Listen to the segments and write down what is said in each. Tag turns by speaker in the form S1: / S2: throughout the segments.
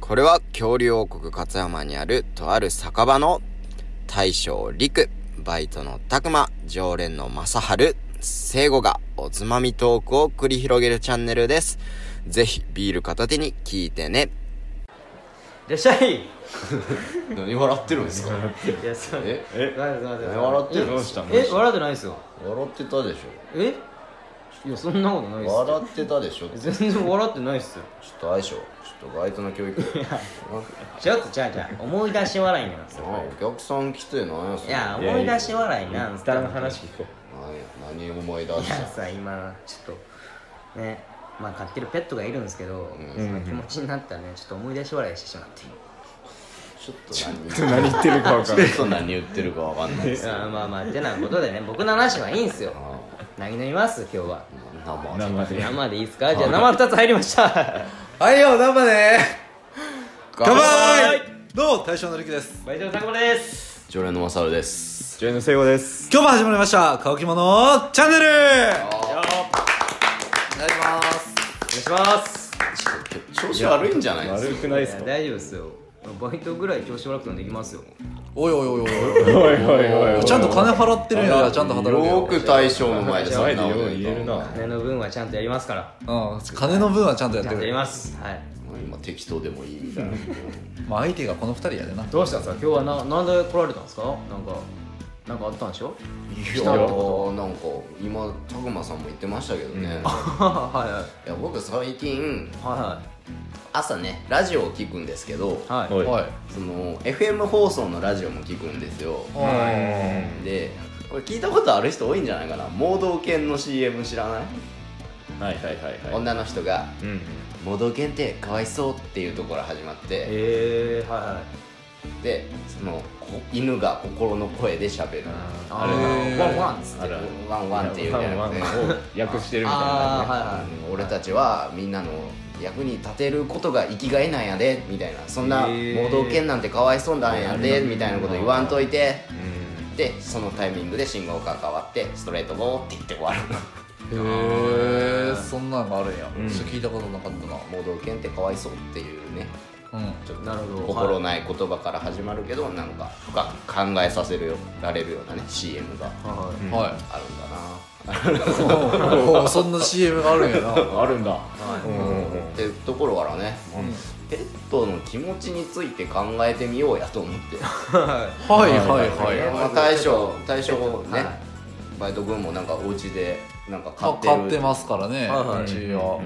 S1: これは恐竜王国勝山にあるとある酒場の大将陸、バイトの拓馬、常連の正春、聖子がおつまみトークを繰り広げるチャンネルです。ぜひビール片手に聞いてね。
S2: いらっしゃい い
S1: 何笑ってるんですか
S2: やそう
S1: え
S2: え笑ってない
S1: 笑ってるんですか
S2: え笑ってないですよ
S1: 笑ってたでし
S2: えいやそんなことないっ
S1: ょ
S2: すよ
S1: 笑ってたでしょちょっ
S2: 全然笑ってないっすよ
S1: と相性、ちょっとバイトの教育。
S2: ちょっとちゃうちゃう思い出し笑いなんですよ
S1: あお客さん来てなんやそ
S2: い
S1: れ
S2: や
S1: なんや
S2: 思い出し笑いなんす
S3: 歌の話聞こ
S1: 何思い出
S2: い
S1: した
S2: やさ今ちょっとねまあ飼ってるペットがいるんですけど、その気持ちになったらねちょっと思い出し笑いしてしまって
S1: ちょっと何
S3: う何言ってるか分かんない
S1: ちょっと何言ってるかわかんないです
S2: あーまあまあてなことでね僕の話はいいんすよ何飲みます今日は
S1: 生で
S3: 生で
S2: 生でいいですかじゃあ生2つ入りました
S3: はいよ生で
S1: 乾
S3: 杯どうも大将のりきです
S2: バイトのタコです
S1: 常連のマサルです
S3: ジョイの聖子です
S4: 今日も始まりました「乾き物チャンネル」
S1: お願いします
S2: お願いします
S1: ちょっと調子悪いんじゃないです
S3: 悪
S1: か
S3: くないっす
S2: いや
S3: か
S2: 大丈夫ですよバイトぐらい調子悪くてもできますよ
S4: おいおいおい
S3: おい
S4: おい
S3: おいおいおい
S4: ちゃんと金払ってるんやからちゃんと働く
S1: よ
S4: よ
S1: く大将の前でそん
S3: 前で
S1: な
S3: よ
S1: こ
S3: う
S1: と
S3: 言え
S1: 言
S3: る
S1: う
S3: な
S1: と
S2: 金の分はちゃんとやりますから
S4: うん金の分はちゃんとやっ
S2: ち
S4: て
S2: ゃんと
S4: く
S2: や
S4: れ
S2: り
S4: る
S2: ますはい
S1: 今適当でもいいみたいな
S4: まあ相手がこの二人やでな
S2: どうしたんですか今日はななんで来られたんですかなんかなんかあったんでしょ
S1: いやーなんか今たくまさんも言ってましたけどね、い
S2: はいはい
S1: や僕最近
S2: は
S1: 朝ねラジオを聞くんですけど
S2: いはいはい
S3: おい
S4: はい
S1: その FM 放送のラジオも聞くんですよ
S3: うん
S1: でこれ聞いたことある人多いんじゃないかな盲導犬の CM 知らない、
S3: はいはいはいはい
S1: 女の人が
S3: うん
S1: 「盲導犬ってかわいそう」っていうところ始まって
S2: えー、はいはい
S1: でそのこ犬が心の声で喋る
S2: あ
S4: れ
S2: ワンワンっつって
S3: あるある
S1: ワンワンっていうじゃ
S3: ワン
S1: な
S3: ワン
S1: くて
S3: を訳してるみたい
S2: あ
S3: なね
S2: あー
S1: うん俺たちはみんなの役に立てることが生きがいなんやでみたいなそんな
S2: へー
S1: 盲導犬なんてかわいそうなんやでみたいなこと言わんといてでそのタイミングで信号が変わってストレートボーって言って終わる
S4: へえそんなんがあるんや
S3: ん
S4: ちょっと聞いたことなかったな
S1: 盲導犬ってかわいそうっていうね
S4: うん
S1: ちょっと
S2: なるほど
S1: 心ない言葉から始まるけど、なんか深く考えさせるよられるようなね CM が
S2: はいはいはい
S4: は
S1: あるんだな、
S4: いおうおうそんな CM があるんやな
S3: あるんだうんうんうん
S1: ってところからね、ペットの気持ちについて考えてみようやと思って、
S4: はいはいはいい
S1: まあ、大将大将ね、
S2: はい
S1: バイト君もなんかお家でなんか
S4: ま
S1: 飼
S4: あ
S1: ってる
S4: 買ってますからね
S2: はいはいう
S4: ちは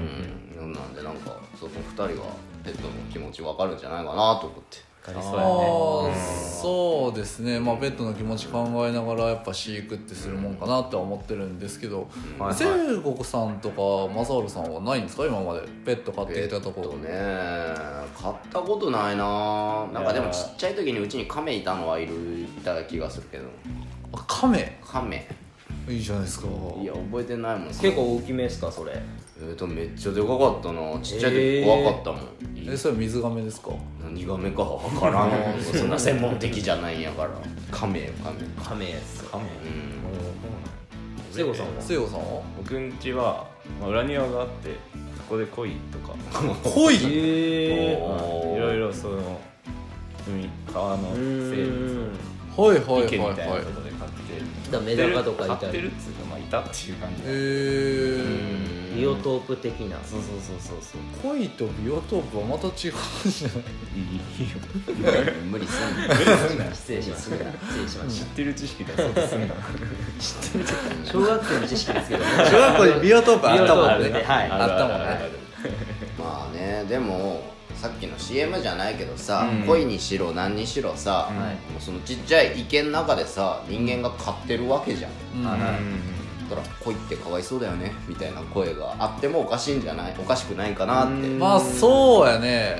S1: うんなんでなんかその2人がペットの気持ち分かるんじゃないかなと思って
S2: あ
S4: ああそうですねまあペットの気持ち考えながらやっぱ飼育ってするもんかなって思ってるんですけど
S2: はいはい
S4: 聖子さんとか正ルさんはないんですか今までペット飼っていたとこ
S1: ペットね買ったことないななんかでも
S3: いや
S1: ち
S3: ー
S1: っちゃい時にうちにカメいたのはいるいた気がするけど
S4: あカメ
S1: カメ
S4: いいじゃないですか
S1: いや覚えてないもん
S2: 結構大きめですかそれ
S1: えーとめっちゃでかかったなちっちゃい時怖かったもん、
S4: えそれ水亀ですか
S1: 何が目かわからん そんな専門的じゃないんやからカメよカメ
S2: カメです
S3: カメ
S1: うん
S2: 聖子さんは
S4: 聖子さんは
S3: 僕ん家は、まあ、裏庭があってそこで鯉とか
S4: 恋
S2: え
S3: いろいろその海川の
S2: う
S3: 生物
S2: ん
S4: はいはい
S3: 池み
S4: は
S3: た
S4: い
S3: いな
S4: はい
S3: ところで飼って
S2: だメダカとかい
S3: 飼
S2: た
S3: って
S2: り
S3: るっつうかまあいたっていう感じ
S4: へ
S3: で
S4: え
S2: ビオトープ的な
S3: そうそうそうそうそう
S4: 恋とビオトープはまた違うじゃない
S3: いいよ
S1: 無理すんな
S2: 失礼しました失礼しまし
S3: 知ってる知識だそうですね
S2: た小学生の知識ですけどね
S4: 小学校にビオトープ
S2: あったもんね
S4: はいあったもんね
S1: まあねでもさっきの CM じゃないけどさ、
S3: うん
S1: 恋にしろ何にしろさ、
S2: はい
S1: もうそのちっちゃい池の中でさ人間が飼ってるわけじゃん
S4: うん
S2: あら
S1: だから恋ってかわいそうだよねみたいな声があってもおかしいんじゃないおかしくないかなってうん
S4: まあそうやね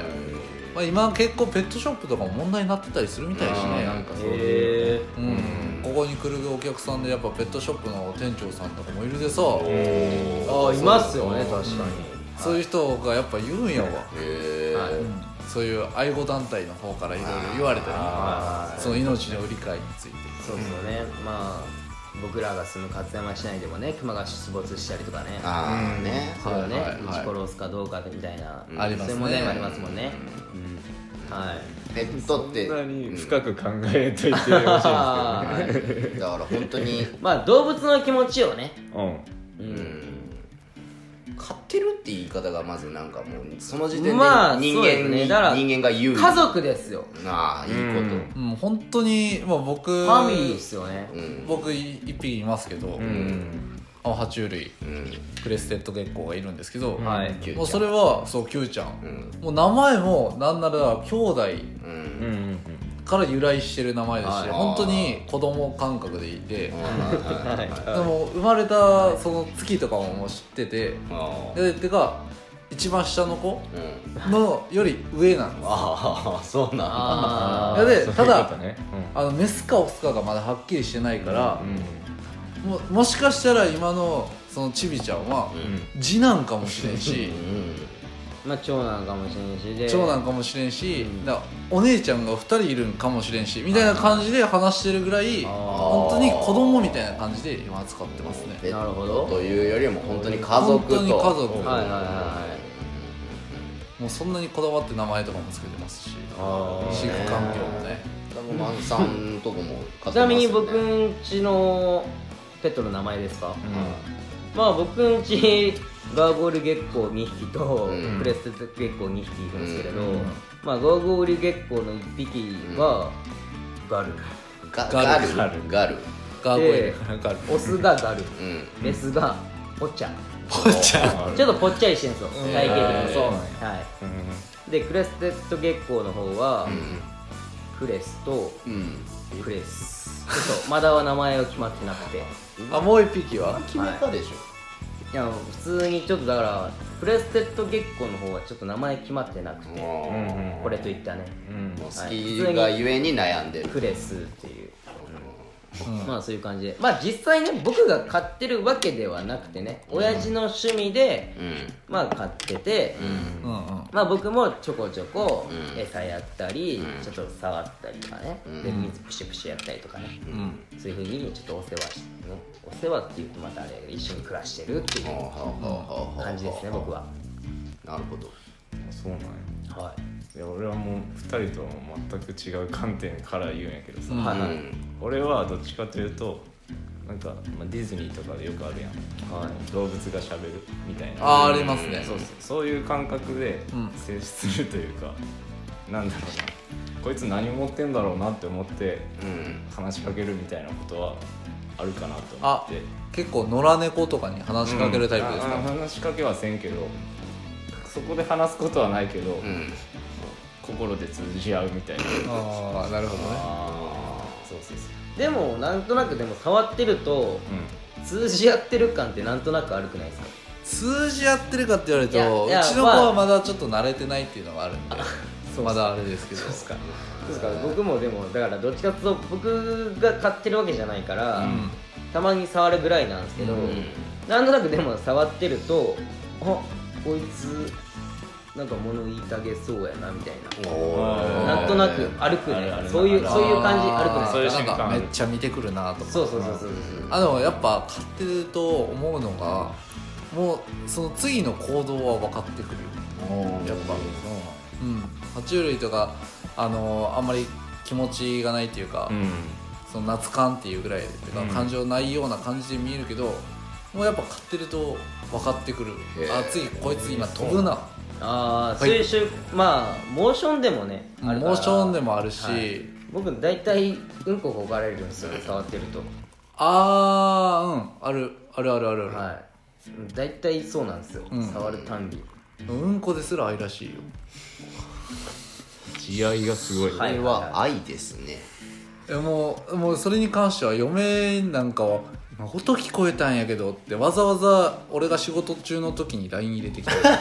S4: まあ今結構ペットショップとかも問題になってたりするみたいし
S1: あー
S4: ね
S1: なんかそういう
S2: へえ
S4: うんここに来るお客さんでやっぱペットショップの店長さんとかもいるでさ
S2: ああいますよね確か
S4: そういう人がやっぱ言うんやわ
S1: へえ、
S2: はいう
S4: そういう愛護団体の方からいろいろ言われたり
S2: はい
S4: その命の売り買いについて
S2: そうですよねまあ僕らが住む勝山市内でもね熊が出没したりとかね
S1: ああね
S2: それをね
S4: はいはい
S2: 撃
S4: はい
S2: ち殺すかどうかみたいな、
S4: んありま
S2: そ
S4: すね
S2: ういう問題もありますもんね、はい
S1: ペットって
S3: そんなに
S1: うん
S3: 深く考えといてほしいんですけどね
S2: あー
S1: だから本当に
S2: まあ動物の気持ちをね
S3: うん
S1: 飼ってるって言い方がまずなんかもうその時点で人
S2: まあ
S1: 間に、
S2: そうですねだから
S1: 人間が言う
S2: 家族ですよ
S1: なあいいこと
S4: うん、本当に、まあ、僕
S2: ファミリーですよね
S1: うん
S4: 僕い一匹いますけど、
S3: うん
S4: あの爬虫類
S1: うん
S4: クレステッドゲッコーがいるんですけど、
S2: はい
S1: キュ
S4: も
S1: ウ
S4: う
S1: ち
S4: そ
S1: ゃん
S4: れはそう Q ちゃん、
S1: ん
S4: もう名前もなんなら兄弟
S1: うん
S3: うんうん
S4: から由来してる名前ですし、
S1: はい
S4: 本当に子供感覚でいて、
S1: はいはいはい
S4: でも生まれたその月とかももう知ってて、
S1: あ
S4: でてか一番下の子
S1: ーうん
S4: のより上なんです
S1: あーそうなんだ
S2: あ
S4: いや
S2: ー
S4: で
S3: そ
S4: ただ
S3: ういうことね
S4: あのメスかオスかがまだはっきりしてないから
S3: う、ん
S4: ももしかしたら今のそのちびちゃんは
S1: うん
S3: うん
S4: 次男かもしれん
S1: う
S4: し
S1: ん
S2: まあ長男かもしれんしで
S4: 長男かもしれんし
S2: うん
S4: だお姉ちゃんが2人いるんかもしれんしみたいな感じで話してるぐらい
S2: あー
S4: 本当に子供みたいな感じで今扱ってますね
S1: ペ
S2: なる
S1: ッ
S2: ほ
S1: ト
S2: ど
S1: というよりも本当に家族と
S4: 本当に家族
S2: はいはいはいはい
S4: もうそんなにこだわって名前とかもつけてますし
S2: あ
S4: 飼育環境もね
S1: でもマンさんとこも飼ってますよね
S2: ちなみに僕んちのペットの名前ですか、まあ僕んちガーゴリ月光2匹と
S1: うん
S2: クレステッド月光2匹いるんですけれど、
S4: うん
S2: まあガーゴリ月光の1匹はガル、
S1: ガガ
S4: ガ
S1: ル
S4: ル
S1: ガルガル
S4: ガーゴイルからガル
S2: オスがガル
S1: うん
S2: メスがポッチャ
S4: ポッチャ
S2: ちょっとぽっちゃりしてるんですよ
S4: うん
S2: 体型的に
S4: そうなん
S2: は
S3: うん
S2: い、でクレステッド月光の方は、クレスと
S1: うん
S2: クレスちょっとまだは名前が決まってなくて
S4: あもう一匹は
S1: 決めたでしょ
S2: いや普通にちょっとだからプレステッド月光の方はちょっと名前決まってなくて
S1: もう
S2: これといったね
S3: うん
S1: もう好きがゆえに悩んでる
S2: クレスっていう、
S4: うん
S2: まあそういう感じでまあ実際ね僕が買ってるわけではなくてね親父の趣味で
S1: うん
S2: まあ買ってて、
S1: うん
S4: うんうん
S2: まあ僕もちょこちょこ
S1: うん
S2: 餌やったり、
S1: うん
S2: ちょっと触ったりとかね、
S1: うん
S2: で水プシュプシュやったりとかね、
S4: うん
S2: そういうふうにちょっとお世話してねお世話っていうとまたあれやけど一緒に暮らしてるっていう感じですね僕は
S1: なるほど
S3: そうなんや
S2: はい
S3: いや俺はもう2人とは全く違う観点から言うんやけどさ、
S4: うん
S2: はいはい、
S3: 俺はどっちかというとなんか、まあ、ディズニーとかでよくあるやん、動物がしゃべるみたいな
S4: あーありますね
S3: そうそうそういう感覚で
S4: うん
S3: 接するというか、なんだろうなこいつ何持ってんだろうなって思って
S1: うん
S3: 話しかけるみたいなことはあるかなと思
S4: あ
S3: って
S4: 結構野良猫とかに話しかけるタイプです
S3: うんあ
S4: か
S3: あ話しかけはせんけどそこで話すことはないけど、
S1: うん
S3: 心で通じ合うみたいな
S4: ああなるほどね
S1: あ
S3: そうそうそう
S2: でもなんとなくでも触ってると通じ合ってる感ってなんとなくあるくないですか
S4: 通じ合ってるかって言われる
S2: いや
S4: と
S2: いや
S4: うちの子はまだちょっと慣れてないっていうのがあるんでまだあれですけど
S2: ですから僕もでもだからどっちかっていうと僕が買ってるわけじゃないから、
S4: うん
S2: たまに触るぐらいなんですけど、
S4: うん
S2: なんとなくでも触ってるとあこいつなんか物言いたげそうやなみたい
S1: おお
S2: な
S3: ー
S2: なんとなく歩く
S3: あるあ
S2: ね
S3: る
S2: そういう
S3: ある
S2: そういう感じ歩く
S4: あ
S2: ね
S4: ー
S3: そういう瞬間
S4: なんかめっちゃ見てくるなとか
S2: そうそうそうそう
S4: あでもやっぱ買ってると思うのがもうその次の行動は分かってくるやっぱうん爬虫類とかあのあんまり気持ちがないっていうか、
S3: うん
S4: その夏感っていうぐらいでてか
S3: うん
S4: 感情ないような感じで見えるけど、もうやっぱ買ってると分かってくる
S1: へえ
S4: あ次こいつ今飛ぶな
S2: ああそういう瞬まあモーションでもねあるから
S4: モーションでもあるし、
S2: はい僕大体うんこが置かれるんですよ触ってると
S4: ああうんあるあるあるあるある、
S2: はいうん大体そうなんですよ、
S4: うん
S2: 触るたんび
S4: うんこですら愛らしいよ
S3: 慈愛がすごい、
S1: これは愛ですね
S4: えもうもうそれに関しては嫁なんかは「今音聞こえたんやけど」ってわざわざ俺が仕事中の時に LINE 入れて きた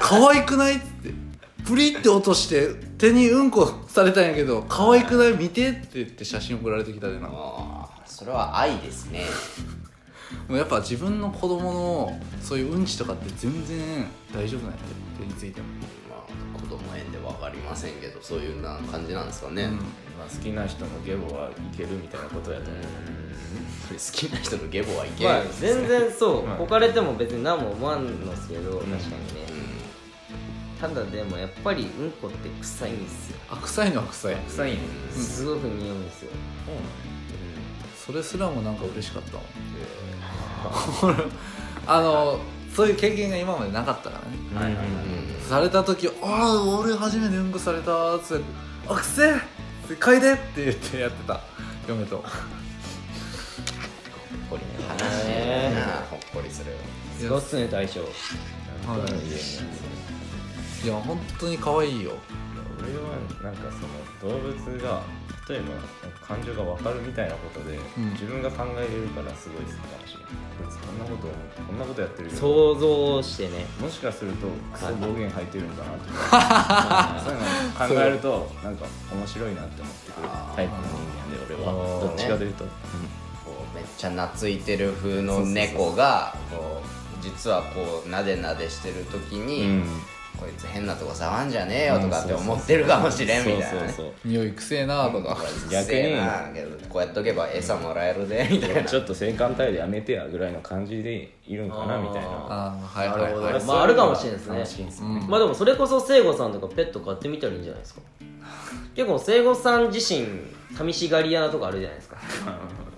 S4: 可愛くない?」っつって「プリって音して手にうんこされたんやけど可愛くない見て」って言って写真送られてきたでな
S1: ああそれは愛ですね
S4: もうやっぱ自分の子供のそういううんちとかって全然大丈夫なんやって手についても、
S1: まあ子供園で分かりませんけどそういうな感じなんですかね、
S4: うん
S3: まあ、好きな人のゲボはいけるみたいなことやと思う
S1: 好きな人のゲボはいける、
S2: まあ全然そう
S3: はい
S2: 置かれても別に何も思わんのっすけど
S3: ん
S2: 確かにねただでもやっぱりうんこって臭いんですよ
S4: あ臭いのは臭い
S3: 臭いん
S2: すごく匂うんですよ
S4: それすらもなんか嬉し かったわあのそういう経験が今までなかったからね
S3: はいはいはい
S4: された時「ああ俺初めてうんこされた」っつって「あくせえ!」って「嗅いで!」って言ってやってた嫁と
S1: ほっこりね話
S2: へー
S1: なあほっこりする
S2: すごっすね大将
S3: なんとなく言えない
S4: いや本当に可愛いよ
S3: 俺はなんかその動物が例えば感情が分かるみたいなことで、
S4: うん
S3: 自分が考えれるからすごい好きかもしれないこいつこんなことこんなことやってるよ
S2: 想像してね
S3: もしかするとクソ暴言吐いてるんかなとかそういうの考えると なんか面白いなって思ってくるタイプの人間で俺
S2: あ
S3: は
S2: ー
S3: どっちかというと
S1: こうめっちゃ懐いてる風の猫がこう実はこうなでなでしてる時に、こいつ変なとこ触んじゃねえよとかって思ってるかもしれんみたいなね
S3: そうそう
S4: 匂いくせえなとか
S1: 逆にけどこうやっとけば餌もらえるでみたい
S3: そう
S1: な
S3: ちょっと性感帯でやめてやぐらいの感じでいるんかなみたいな
S4: ああはいはい
S2: な
S4: は
S2: る
S4: い
S2: ほどまああるかもしれないですね
S3: 楽しいんですよね
S4: うん
S2: まあでもそれこそ聖子さんとかペット飼ってみたらいいんじゃないですか結構聖子さん自身寂しがり屋なとこあるじゃないですか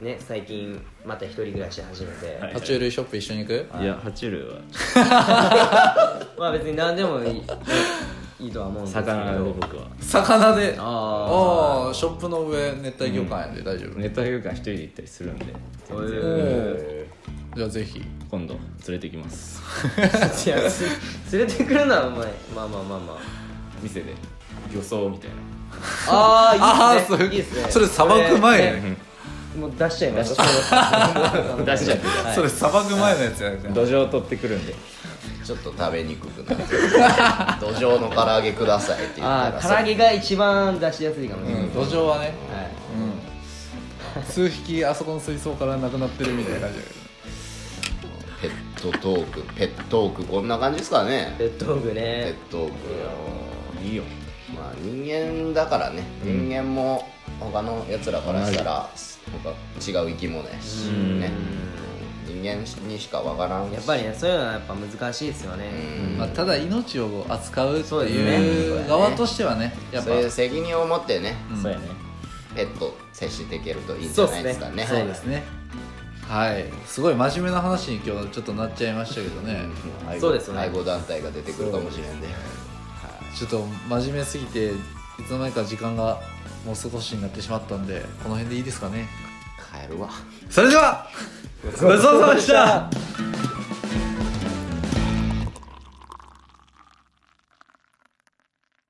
S2: ね最近また一人暮らし始めて、
S3: はい
S4: 爬虫類ショップ一緒に行く
S3: いや爬虫類は
S2: まあ別に何でもいいいいとは思うんですけど
S3: 魚で僕は
S4: 魚で
S2: あ
S4: ああショップの上熱帯魚館やで大丈夫
S3: ネタ空間一人で行ったりするんで全然
S4: おーじゃあぜひ
S3: 今度連れてきます
S2: いやつ連れてくるなお前まあまあまあまあ
S3: 店で漁槽みたいな
S2: ああいいっす
S4: あ
S2: ね
S4: ーそ
S2: いいっすね
S4: それさばく前やね
S2: もう出しちゃいました
S3: 出しちゃって
S4: それさばく前のやつやね
S3: 土壌取ってくるんで
S1: ちょっと食べにくくなってる土壌の唐揚げくださいって言った
S2: あ
S1: ら
S2: あ唐揚げが一番出しやすいかもね、
S4: うん土壌はね
S2: はい
S4: うん数匹あそこの水槽からなくなってるみたいな感じだけど
S1: ペットトークペットトークこんな感じですかね
S2: ペットオグ
S1: ペッ
S2: ね
S1: トトーク
S3: いいよ
S1: まあ人間だからね人間も他のやつらからしたら他違う生き物やしね人間にしかわからんし
S2: やっぱりねそういうのはやっぱ難しいですよね、
S1: うん
S4: まあ、ただ命を扱うって
S2: そうです
S1: ねそう
S4: い
S1: だね
S4: う側としてはねやっぱ
S1: そういう責任を持ってね
S4: うん
S3: そうやね
S1: ペット接していけるといいんじゃないですかね
S2: そうっすね
S4: そうですねはいすごい真面目な話に今日ちょっとなっちゃいましたけどね
S1: 愛護
S2: そうですよね
S1: 愛護団体が出てくるかもしれんで
S4: ちょっと真面目すぎていつの間にか時間がもう少しになってしまったんでこの辺でいいですかね
S1: 帰るわ
S4: それではごちそうさまでした